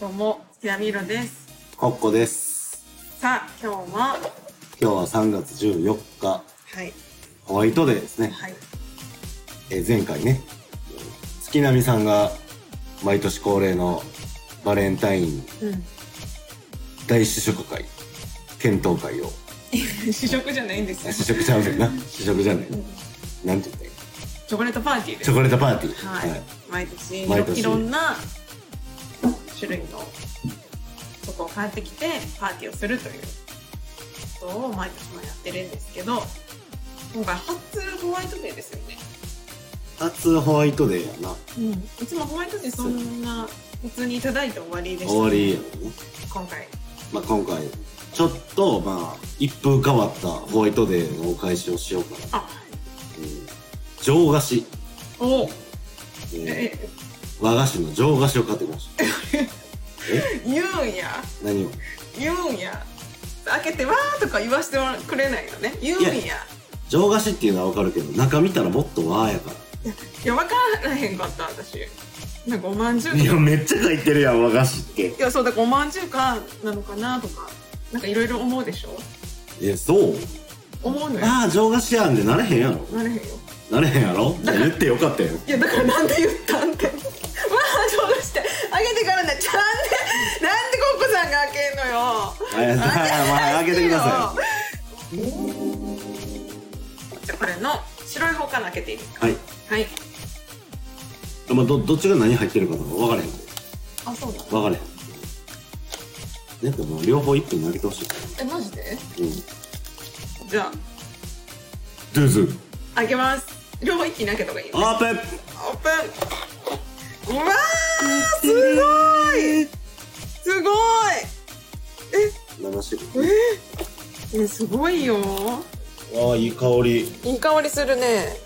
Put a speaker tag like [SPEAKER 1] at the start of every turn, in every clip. [SPEAKER 1] どうも、月並みいろです。
[SPEAKER 2] コッコです。
[SPEAKER 1] さあ、今日も、は
[SPEAKER 2] 今日は3月14日、
[SPEAKER 1] い、
[SPEAKER 2] ホワイトデーですね。
[SPEAKER 1] はい、
[SPEAKER 2] えー前回ね、月並みさんが毎年恒例のバレンタイン
[SPEAKER 1] うん、
[SPEAKER 2] 大試食会、検討会を、
[SPEAKER 1] 試 食じゃないんです
[SPEAKER 2] あ
[SPEAKER 1] よ。
[SPEAKER 2] 試食ちゃう ねんな。試食じゃないな。なんて言ったらいい
[SPEAKER 1] チョコレートパーティーで
[SPEAKER 2] チ
[SPEAKER 1] す
[SPEAKER 2] ョ。コレートパーティー。
[SPEAKER 1] はい、毎年
[SPEAKER 2] 毎年
[SPEAKER 1] いろんな種類のチョコを買ってきてパーティーをするということを毎年もやってるんですけど、今回初ホワイトデーですよね。
[SPEAKER 2] 初ホワイトデーやな。
[SPEAKER 1] うん、いつもホワイトデーそんな普通にいただいて終わりでした、
[SPEAKER 2] 終わりやもんね。
[SPEAKER 1] 今回
[SPEAKER 2] まあ、今回、ちょっと、まあ、一風変わったホワイトデーのお返しをしようかな。
[SPEAKER 1] あ
[SPEAKER 2] うん上菓子。
[SPEAKER 1] お
[SPEAKER 2] えー
[SPEAKER 1] え
[SPEAKER 2] 和菓子の上菓子を買ってきましたえ
[SPEAKER 1] 言うんや
[SPEAKER 2] 何を
[SPEAKER 1] 言うんや開けてわーとか言わしてくれないのね言うんやい
[SPEAKER 2] い
[SPEAKER 1] や
[SPEAKER 2] 上菓子っていうのは分かるけど中見たらもっと和やか
[SPEAKER 1] 分からへんかった私なんかおまんじゅう
[SPEAKER 2] ら
[SPEAKER 1] とか
[SPEAKER 2] めっちゃ書いてるやん和菓子って
[SPEAKER 1] いやそうだからおまんじゅうかなのかなとかなんかいろいろ思うでしょ
[SPEAKER 2] えそう
[SPEAKER 1] 思うのよ
[SPEAKER 2] ああ上菓子やんでなれへんやろ
[SPEAKER 1] なれへんよ
[SPEAKER 2] なれへんやろじゃあ言ってよかったよ
[SPEAKER 1] いやだからなんで言ったんって わあそうしてあげてからねちゃんでなんでコックさんが開けんのよ
[SPEAKER 2] はいはいはい開けてくださ
[SPEAKER 1] いじゃあこれの白い方から開けていいですか
[SPEAKER 2] いはい
[SPEAKER 1] はい
[SPEAKER 2] まあどどっちが何入ってるかとか分からへん
[SPEAKER 1] あそうなの
[SPEAKER 2] 分からへんねでも両方一分に投げてほしい
[SPEAKER 1] えマジで
[SPEAKER 2] うん
[SPEAKER 1] じゃあ
[SPEAKER 2] ドゥーズ
[SPEAKER 1] 開けます両方一気に開けた方がいい
[SPEAKER 2] オ
[SPEAKER 1] よね
[SPEAKER 2] ープン
[SPEAKER 1] オープンうわーすごいすごい
[SPEAKER 2] 7種
[SPEAKER 1] え
[SPEAKER 2] 類
[SPEAKER 1] ええすごいよ
[SPEAKER 2] ああいい香り
[SPEAKER 1] いい香りするね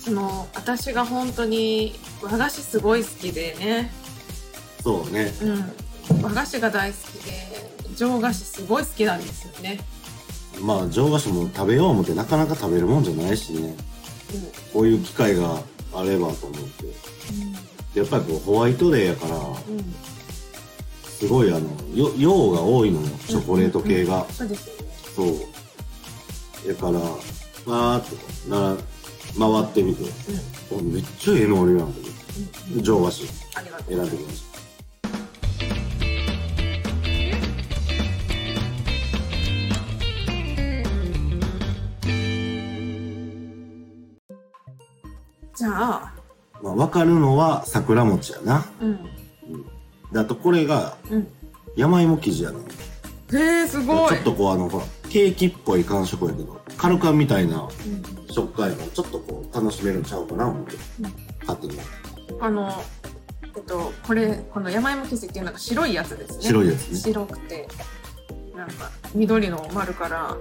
[SPEAKER 1] その私が本当に和菓子すごい好きでね
[SPEAKER 2] そうね
[SPEAKER 1] うん和菓子が大好きで上菓子すごい好きなんですよね
[SPEAKER 2] まあ上菓子も食べよう思ってなかなか食べるもんじゃないしね
[SPEAKER 1] うん、
[SPEAKER 2] こういう機会があればと思ってでやっぱりこうホワイトデーやから
[SPEAKER 1] うんうん、
[SPEAKER 2] すごいあのよ量が多いのよチョコレート系が、
[SPEAKER 1] そうですよね
[SPEAKER 2] そうだからわーっとな回ってみて
[SPEAKER 1] うん、うん
[SPEAKER 2] おめっちゃええのあるやん
[SPEAKER 1] う
[SPEAKER 2] と思って
[SPEAKER 1] ん、
[SPEAKER 2] 上菓子
[SPEAKER 1] ありがとう
[SPEAKER 2] 選んできました
[SPEAKER 1] じゃあ
[SPEAKER 2] まあ、分かるのは桜餅やな
[SPEAKER 1] うん
[SPEAKER 2] であとこれが
[SPEAKER 1] うん
[SPEAKER 2] 山芋生地やね
[SPEAKER 1] へえす
[SPEAKER 2] ちょ
[SPEAKER 1] ごい
[SPEAKER 2] っとこうあのほらケーキっぽい感触やけどカルカンみたいな
[SPEAKER 1] うん
[SPEAKER 2] 食感もちょっとこう楽しめるんちゃうかな思って買ってみた
[SPEAKER 1] あのえっとこれこの山芋生地っていうのが白いやつですね
[SPEAKER 2] 白いやつね
[SPEAKER 1] 白くてなんか緑の丸から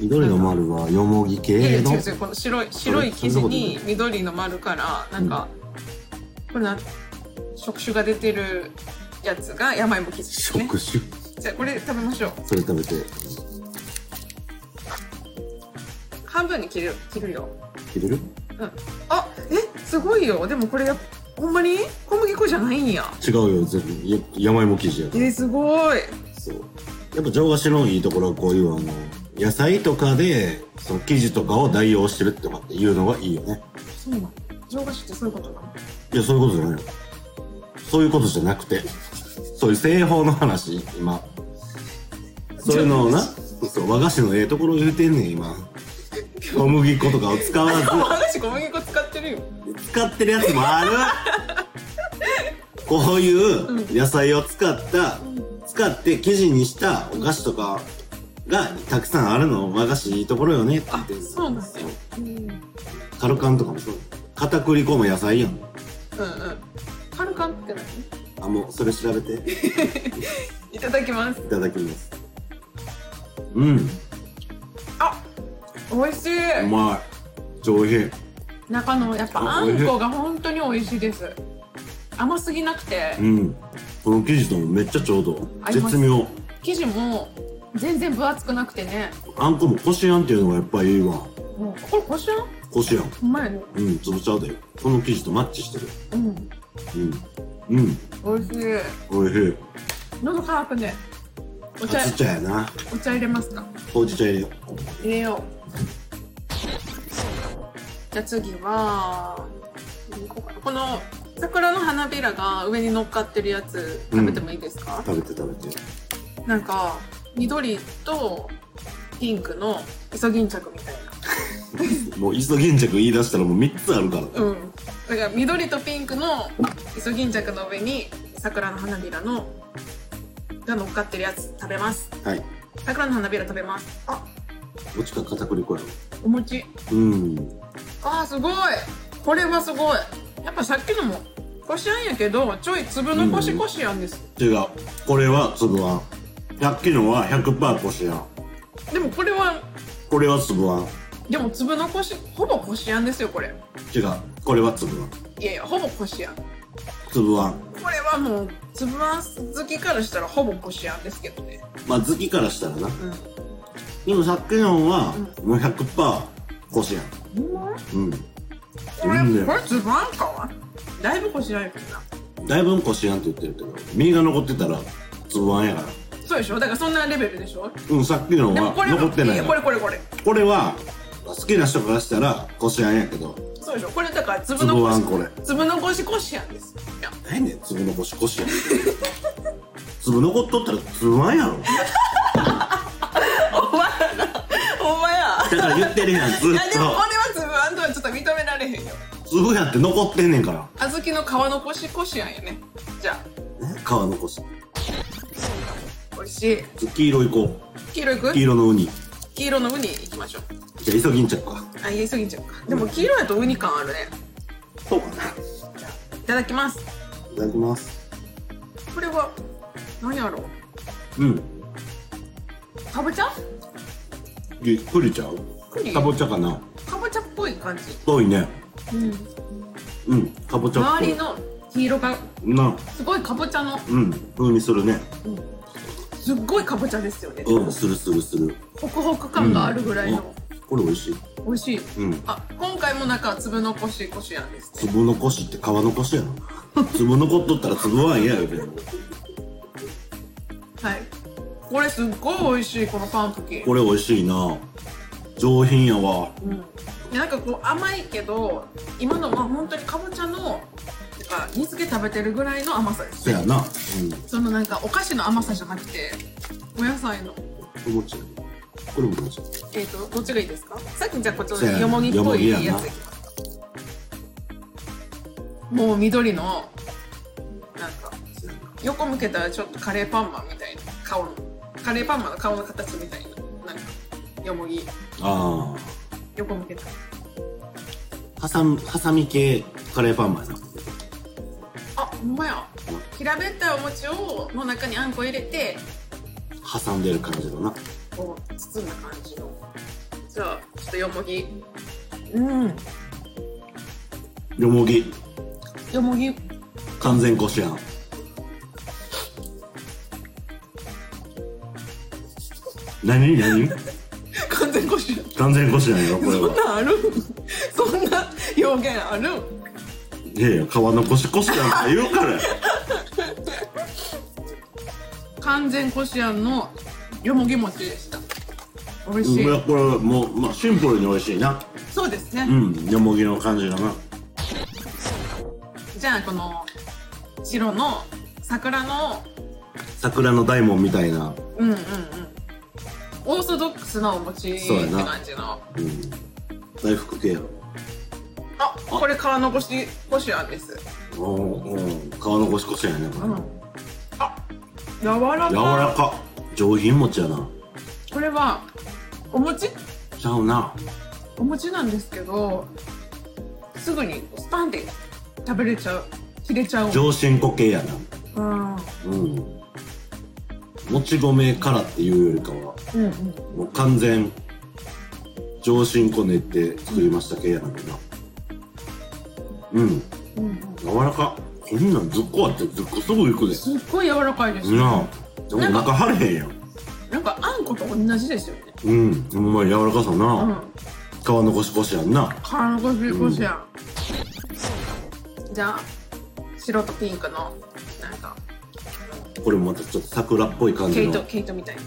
[SPEAKER 2] 緑の丸はよもぎ
[SPEAKER 1] いやいや
[SPEAKER 2] 系の
[SPEAKER 1] 違う違うこの白い白い生地に緑の丸からなんか、これなん触手が出てるやつが山芋生地ですね
[SPEAKER 2] 触手
[SPEAKER 1] じゃあこれ食べましょう
[SPEAKER 2] それ食べて
[SPEAKER 1] 半分に切る切るよ
[SPEAKER 2] 切れる
[SPEAKER 1] あえすごいよでもこれやほんまに小麦粉じゃないんや
[SPEAKER 2] 違うよ全部や山芋生地や
[SPEAKER 1] え
[SPEAKER 2] か
[SPEAKER 1] ー、すごい
[SPEAKER 2] らそうやっぱ上菓子のいいところはこういうあの野菜とかでその生地とかを代用してるとかっていうのがいいよね
[SPEAKER 1] そうなの上菓子ってそういうことなの
[SPEAKER 2] いやそういうことじゃないよそういうことじゃなくてそういう製法の話今そういうのをなそう和菓子のええところ言うてんねん今小麦粉とかを使わず
[SPEAKER 1] 和菓子小麦粉使ってるよ
[SPEAKER 2] 使ってるやつもあるこういう
[SPEAKER 1] う
[SPEAKER 2] 野菜を使った、使って生地にしたお菓子とかがたくさんあるの和菓子いいところよねって言って
[SPEAKER 1] あそうなんだようん
[SPEAKER 2] カルカンとかもそう片栗粉も野菜やん
[SPEAKER 1] うんうん。カルカンって何？
[SPEAKER 2] あもうそれ調べて
[SPEAKER 1] いただきます。
[SPEAKER 2] いただきますうん
[SPEAKER 1] あ、美味しい。
[SPEAKER 2] うまい上品
[SPEAKER 1] 中のやっぱあ
[SPEAKER 2] あ美味し
[SPEAKER 1] ん
[SPEAKER 2] い
[SPEAKER 1] こが本当に美味しいです。甘すぎなくて
[SPEAKER 2] う、んこの生地ともめっちゃちょうど
[SPEAKER 1] 合います
[SPEAKER 2] 絶妙
[SPEAKER 1] 生地も全然分厚くなくてね。
[SPEAKER 2] あんこもこしあんっていうのがやっぱいいわ
[SPEAKER 1] もうこれこしあん？
[SPEAKER 2] こしあん
[SPEAKER 1] ほんまやね。
[SPEAKER 2] うん潰ちゃうでこの生地とマッチしてる
[SPEAKER 1] うん。
[SPEAKER 2] うんうん
[SPEAKER 1] 美味しい。
[SPEAKER 2] おいしい。
[SPEAKER 1] 喉乾くねお茶
[SPEAKER 2] 初茶やな
[SPEAKER 1] お茶入れますか
[SPEAKER 2] ほうじ茶入れよう
[SPEAKER 1] 入れようじゃあ次は何行こうかなこの桜の花びらが上に乗っかってるやつ食べてもいいですか、
[SPEAKER 2] 食べて食べて
[SPEAKER 1] なんか緑とピンクのイソギンチャクみたい
[SPEAKER 2] もうイソギンチャク言い出したらもう3つあるから
[SPEAKER 1] なうんだから緑とピンクのイソギンチャクの上に桜の花びらのが乗っかってるやつ食べます
[SPEAKER 2] はい
[SPEAKER 1] 桜の花びら食べますあ
[SPEAKER 2] どっちか片栗粉やろ
[SPEAKER 1] お餅
[SPEAKER 2] うん
[SPEAKER 1] あーすごいこれはすごいやっぱさっきのもこしあんやけどちょい粒のこしこしあんです、
[SPEAKER 2] 違うこれは粒あんさっきのは100%こしあん
[SPEAKER 1] でもこれは
[SPEAKER 2] これは粒あん
[SPEAKER 1] でも粒のこしほぼこしあんですよこれ
[SPEAKER 2] 違うこれは粒あん
[SPEAKER 1] いやいやほぼこしあんこ
[SPEAKER 2] 粒あん
[SPEAKER 1] れはもう粒あん好きからしたらほぼこしあんですけどね
[SPEAKER 2] まあ好きからしたらな
[SPEAKER 1] うん
[SPEAKER 2] でもさっきのはもう100%こしあん
[SPEAKER 1] こ
[SPEAKER 2] うん
[SPEAKER 1] れ
[SPEAKER 2] うんだよ
[SPEAKER 1] これ粒あんかだいぶこしあんやけどな
[SPEAKER 2] だいぶんこしあんって言ってるけど身が残ってたら粒あんやから
[SPEAKER 1] そうでしょだからそんなレベルでしょ
[SPEAKER 2] うんさっきの
[SPEAKER 1] でも
[SPEAKER 2] は
[SPEAKER 1] これは
[SPEAKER 2] 残ってない
[SPEAKER 1] い
[SPEAKER 2] か
[SPEAKER 1] や
[SPEAKER 2] ら
[SPEAKER 1] これこれこれ
[SPEAKER 2] これは好きな人からしたらこしあんやけど
[SPEAKER 1] そうでしょこれだから粒の
[SPEAKER 2] 粒
[SPEAKER 1] こ
[SPEAKER 2] あ
[SPEAKER 1] し
[SPEAKER 2] んこれ
[SPEAKER 1] 粒のこしこしあんですいや
[SPEAKER 2] 何やねん粒のこしこしやん 粒残っとったら粒あんやろ
[SPEAKER 1] お前らお前や
[SPEAKER 2] だから言ってるやんず
[SPEAKER 1] い
[SPEAKER 2] っ
[SPEAKER 1] やでもこれは粒あんとはちょっと認められへんよ
[SPEAKER 2] と粒やって残ってんねんから
[SPEAKER 1] 小豆の皮のこしこしあんやねじゃあ
[SPEAKER 2] ね皮残し
[SPEAKER 1] 美味しい
[SPEAKER 2] 黄色いこ
[SPEAKER 1] 黄色いうく
[SPEAKER 2] 黄色のウニ
[SPEAKER 1] 黄色のウニいきましょう
[SPEAKER 2] じゃあ急ぎんちゃうか
[SPEAKER 1] あ言い過ぎちゃうかでも黄色やとウニ感あるね
[SPEAKER 2] そうかない
[SPEAKER 1] ただきます
[SPEAKER 2] いただきます
[SPEAKER 1] これは何やろう
[SPEAKER 2] うん
[SPEAKER 1] かぼちゃ
[SPEAKER 2] ゆっくりちゃう
[SPEAKER 1] 栗
[SPEAKER 2] かぼちゃかな
[SPEAKER 1] かぼちゃっぽい感じ、
[SPEAKER 2] 遠いね
[SPEAKER 1] うん、
[SPEAKER 2] うんかぼちゃっぽ
[SPEAKER 1] 周
[SPEAKER 2] い
[SPEAKER 1] りの黄色が
[SPEAKER 2] な
[SPEAKER 1] すごいかぼちゃの、
[SPEAKER 2] うん風味するね
[SPEAKER 1] すっごいかぼちゃですよね、
[SPEAKER 2] うんするするする
[SPEAKER 1] ホクホク感があるぐらいの、
[SPEAKER 2] これ美味しい
[SPEAKER 1] 美味しい
[SPEAKER 2] うん
[SPEAKER 1] あ今回も中は粒のこしこしあんですね
[SPEAKER 2] 粒残しって皮残しやろ粒残っとったら粒あんやよね
[SPEAKER 1] はいこれすっごい美味しいこのパンプキン
[SPEAKER 2] これ美味しいな上品やわ
[SPEAKER 1] うん、でなんかこう甘いけど今のは本当にかぼちゃのなんか煮付け食べてるぐらいの甘さです
[SPEAKER 2] せやな
[SPEAKER 1] そのなんかお菓子の甘さじゃなくてお野菜の
[SPEAKER 2] うんおもちゃこれもおもちゃ
[SPEAKER 1] えっ、とどっちがいいですかさっきじゃあこっち
[SPEAKER 2] せや
[SPEAKER 1] の
[SPEAKER 2] な
[SPEAKER 1] よもぎっぽい
[SPEAKER 2] よもぎや
[SPEAKER 1] や
[SPEAKER 2] な
[SPEAKER 1] ついきますかもう緑のなんか
[SPEAKER 2] せやな
[SPEAKER 1] 横向けたらちょっとカレーパンマンみたいな顔のカレーパンマンの顔の形みたいななんかよもぎ
[SPEAKER 2] あ
[SPEAKER 1] 横向けた
[SPEAKER 2] あハサミハサミ系カレーパンマンやな
[SPEAKER 1] あほんまや平べったいお餅をの中にあんこ入れて
[SPEAKER 2] 挟んでる感じのな
[SPEAKER 1] こう包んだ感じのじゃあちょっとよもぎうん
[SPEAKER 2] よもぎ
[SPEAKER 1] よもぎ
[SPEAKER 2] 完全こしあん何何
[SPEAKER 1] 完全こしらん
[SPEAKER 2] 完全こしあんよこれ
[SPEAKER 1] そん
[SPEAKER 2] は
[SPEAKER 1] なんあるそんな表現ある
[SPEAKER 2] いやいや皮のこしこしあんって言うからや
[SPEAKER 1] 完全こしあんのよもぎ餅でした美味しい、
[SPEAKER 2] うん、これはもう、まあ、シンプルに美味しいな
[SPEAKER 1] そうですね、
[SPEAKER 2] うんよもぎの感じだな
[SPEAKER 1] じゃあこの白の桜の
[SPEAKER 2] 桜の大門みたいな、
[SPEAKER 1] うんうんうんオーソドックスなお餅って
[SPEAKER 2] そうやな
[SPEAKER 1] 感じの
[SPEAKER 2] うん、大福系や
[SPEAKER 1] あこれ皮残しこしあんです
[SPEAKER 2] ろおーおー皮のゴシゴシやねこれ、
[SPEAKER 1] うんあ柔らかい
[SPEAKER 2] 柔らか上品餅やな
[SPEAKER 1] これはお餅
[SPEAKER 2] ちゃうな
[SPEAKER 1] お餅なんですけどすぐにスパンで食べれちゃう切れちゃう
[SPEAKER 2] 上新粉系やな
[SPEAKER 1] うん
[SPEAKER 2] うんもち米からっていうよりかは
[SPEAKER 1] うんうん
[SPEAKER 2] もう完全上新粉練って作りました系やなけどなうん
[SPEAKER 1] うんうん
[SPEAKER 2] 柔らかこんなんずっこあってずっこすぐいくです
[SPEAKER 1] っごい柔らかいです、
[SPEAKER 2] なあ、でも
[SPEAKER 1] なんか
[SPEAKER 2] お腹張れへんやん。
[SPEAKER 1] なんかあんこと同じですよね
[SPEAKER 2] うん、ほんまに柔らかさ
[SPEAKER 1] う
[SPEAKER 2] な。
[SPEAKER 1] ん
[SPEAKER 2] 皮のゴシゴシやんな。
[SPEAKER 1] 腹の腰腰やん、じゃあ白とピンクのなんか
[SPEAKER 2] これもまたちょっと桜っぽい感
[SPEAKER 1] 毛
[SPEAKER 2] じの
[SPEAKER 1] 糸毛糸みたいな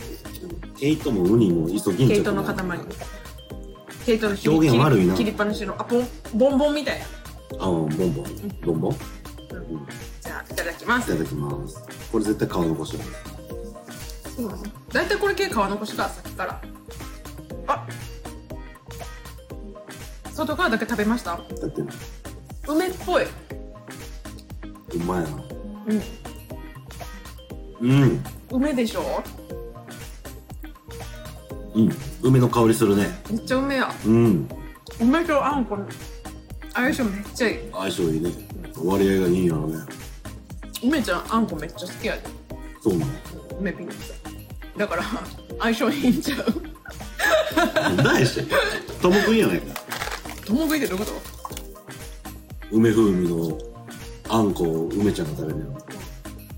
[SPEAKER 2] 毛糸もウニもイソギンチャクも
[SPEAKER 1] 毛糸の塊毛糸の切り
[SPEAKER 2] 表現悪いな
[SPEAKER 1] 切り切りっぱなしのあボンボンボンみたいな
[SPEAKER 2] あボンボンボンボン
[SPEAKER 1] うん
[SPEAKER 2] うんい
[SPEAKER 1] じゃあいただきます
[SPEAKER 2] ただきますこれ絶対顔残しだね
[SPEAKER 1] 大体これ系皮残しかさっきからあ外側だけ食べました
[SPEAKER 2] だって
[SPEAKER 1] 梅っぽい
[SPEAKER 2] お前やな
[SPEAKER 1] うん
[SPEAKER 2] うん
[SPEAKER 1] 梅でしょ
[SPEAKER 2] うん梅の香りするね
[SPEAKER 1] めっちゃ梅や
[SPEAKER 2] うん
[SPEAKER 1] 梅とあんこの相性めっちゃいい
[SPEAKER 2] 相性いいね割合がいいんやろね
[SPEAKER 1] 梅ちゃんあんこめっちゃ好きやで
[SPEAKER 2] そうなの
[SPEAKER 1] 梅ピンクだから 相性いいんちゃう
[SPEAKER 2] 何してともくんやないか
[SPEAKER 1] 共食いってどういうこ
[SPEAKER 2] 梅風味のあんこを梅ちゃんが食べるよ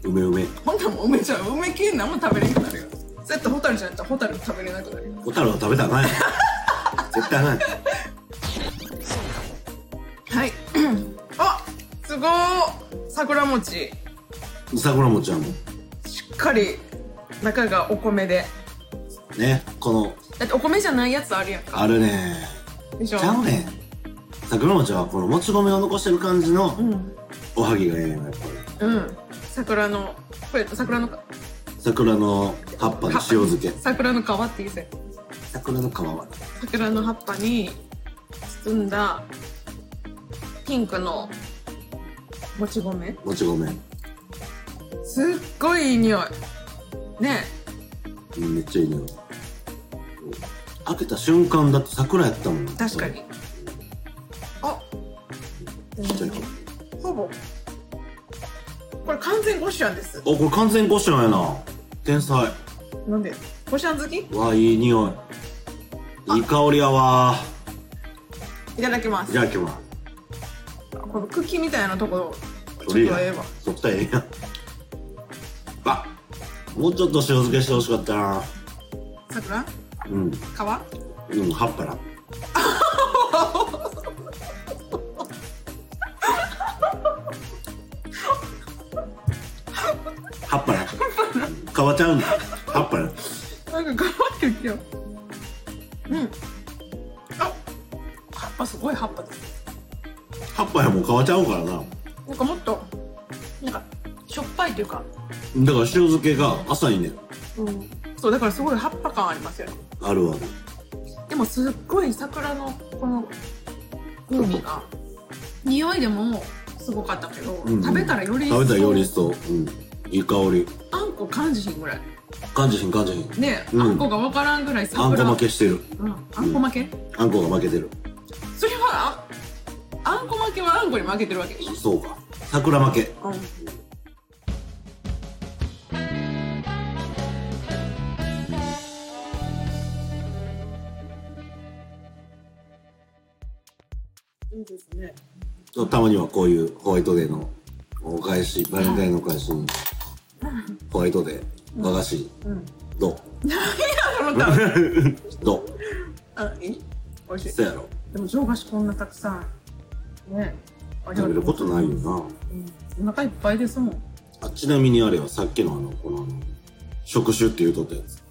[SPEAKER 2] 梅梅
[SPEAKER 1] とほんならもう梅ちゃん梅系何も食べれなくなるよそうやってホタルちゃんやったらホタル食べれなくなるよ
[SPEAKER 2] 小太郎は食べたらあかんやん絶対あかんやん
[SPEAKER 1] はいあすごー桜餅
[SPEAKER 2] 桜餅はも
[SPEAKER 1] しっかり中がお米で
[SPEAKER 2] うねこの
[SPEAKER 1] だってお米じゃないやつあるやんか
[SPEAKER 2] あるね
[SPEAKER 1] でし
[SPEAKER 2] ち
[SPEAKER 1] ょ
[SPEAKER 2] ゃうね桜餅はこのもち米を残してる感じの
[SPEAKER 1] うん
[SPEAKER 2] おはぎがええのやっぱり
[SPEAKER 1] うん桜のこれ桜の
[SPEAKER 2] 桜の葉っぱに塩漬け
[SPEAKER 1] 桜の皮っていうせ
[SPEAKER 2] 桜の皮はね
[SPEAKER 1] 桜の葉っぱに包んだピンクのもち米
[SPEAKER 2] もち米
[SPEAKER 1] すっごいいい匂いね
[SPEAKER 2] うんめっちゃいい匂い開けた瞬間だって桜やったもん
[SPEAKER 1] え確かにあ
[SPEAKER 2] ちっちゃい子
[SPEAKER 1] ほぼこれ完全ゴシャンです
[SPEAKER 2] おこれ完全ゴシャンやな天才
[SPEAKER 1] なんでゴシャン好きい
[SPEAKER 2] わあいい匂いいい香りやわ
[SPEAKER 1] ただきま
[SPEAKER 2] じ
[SPEAKER 1] す
[SPEAKER 2] ゃあ今日は
[SPEAKER 1] この茎みたいなところちょっと
[SPEAKER 2] 取り
[SPEAKER 1] ええ
[SPEAKER 2] や
[SPEAKER 1] わ
[SPEAKER 2] そったらええやんあもうちょっと塩漬けしてほしかったな
[SPEAKER 1] 桜
[SPEAKER 2] うん
[SPEAKER 1] 皮
[SPEAKER 2] うん葉っぱな葉っぱな皮ちゃうんだ葉っぱな
[SPEAKER 1] なんか皮って言ってようんあ葉っぱすごい葉っぱです
[SPEAKER 2] 葉っぱやもう皮ちゃうからな
[SPEAKER 1] なんかもっとなんかしょっぱいというか、
[SPEAKER 2] だから塩漬けが浅いね
[SPEAKER 1] うん、そうだからすごい葉っぱ感ありますよね
[SPEAKER 2] あるある
[SPEAKER 1] でもすっごい桜のこの風味が匂いでもすごかったけど、
[SPEAKER 2] んうん
[SPEAKER 1] 食べたらより一層
[SPEAKER 2] 食べたらより一層うんいい香り
[SPEAKER 1] あんこ感じひんぐらい
[SPEAKER 2] 感じひん感じひん
[SPEAKER 1] ね、
[SPEAKER 2] うん
[SPEAKER 1] あんこが分からんぐらい桜
[SPEAKER 2] あんこ負けしてる
[SPEAKER 1] うん、あんこ負け、
[SPEAKER 2] あんこが負けてる
[SPEAKER 1] それはああんこ負けはあんこに負けてるわけでしょ
[SPEAKER 2] そうか桜負け
[SPEAKER 1] いいですね。
[SPEAKER 2] たまにはこういうホワイトデーのお返しバレンタインのお返しにホワイトデー和菓子
[SPEAKER 1] うん。
[SPEAKER 2] どう
[SPEAKER 1] あ、また。
[SPEAKER 2] どう
[SPEAKER 1] あ、いい。美味しい。
[SPEAKER 2] そうやろ
[SPEAKER 1] でも上菓子こんなたくさん。ね。ありが
[SPEAKER 2] 食
[SPEAKER 1] と
[SPEAKER 2] べ
[SPEAKER 1] う
[SPEAKER 2] ることないよな
[SPEAKER 1] うんお腹いっぱいですもん。
[SPEAKER 2] あちなみにあれはさっきのあのこのあの触手って言うとったやつ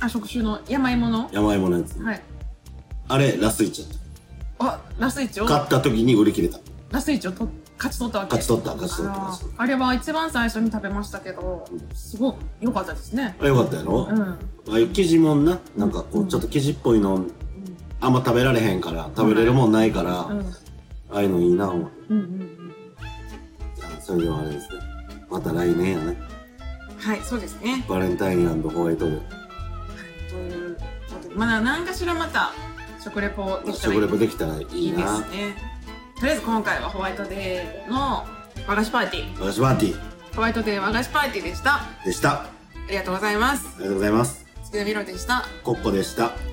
[SPEAKER 1] あ、食種の山芋の。
[SPEAKER 2] 山芋のやつ
[SPEAKER 1] はい。
[SPEAKER 2] あれラスイチやっ
[SPEAKER 1] あ、ラスイチを
[SPEAKER 2] た。買った時に売り切れた
[SPEAKER 1] ラスイチをと、勝ち取ったわけ。
[SPEAKER 2] 勝ち取った勝ち取った勝
[SPEAKER 1] あ
[SPEAKER 2] ち取っ
[SPEAKER 1] ーあれは一番最初に食べましたけど
[SPEAKER 2] うん、
[SPEAKER 1] すごく良かったですね。
[SPEAKER 2] たあよかったやろ
[SPEAKER 1] うん。うん
[SPEAKER 2] ああいう生地もんななんかこうちょっと生地っぽいのあんま食べられへんから食べれるもんないから、
[SPEAKER 1] うん。
[SPEAKER 2] ああいうのいいな思って
[SPEAKER 1] うんうん
[SPEAKER 2] あそれではあれですねまた来年やね
[SPEAKER 1] うん。はい、そうですね。
[SPEAKER 2] バレンタインホワイトデー
[SPEAKER 1] ということでまだ何かしらまた食レポできたらい
[SPEAKER 2] 食
[SPEAKER 1] い
[SPEAKER 2] レポできたらいい
[SPEAKER 1] いいです
[SPEAKER 2] な
[SPEAKER 1] ね。とりあえず今回はホワイトデーの和菓子パーティー、
[SPEAKER 2] 私パーティー
[SPEAKER 1] ホワイトデー和菓子パーティーでした。あ
[SPEAKER 2] でしたあ
[SPEAKER 1] りがとうございます。
[SPEAKER 2] りがとうございます
[SPEAKER 1] 月田美ロでした。
[SPEAKER 2] コッコでした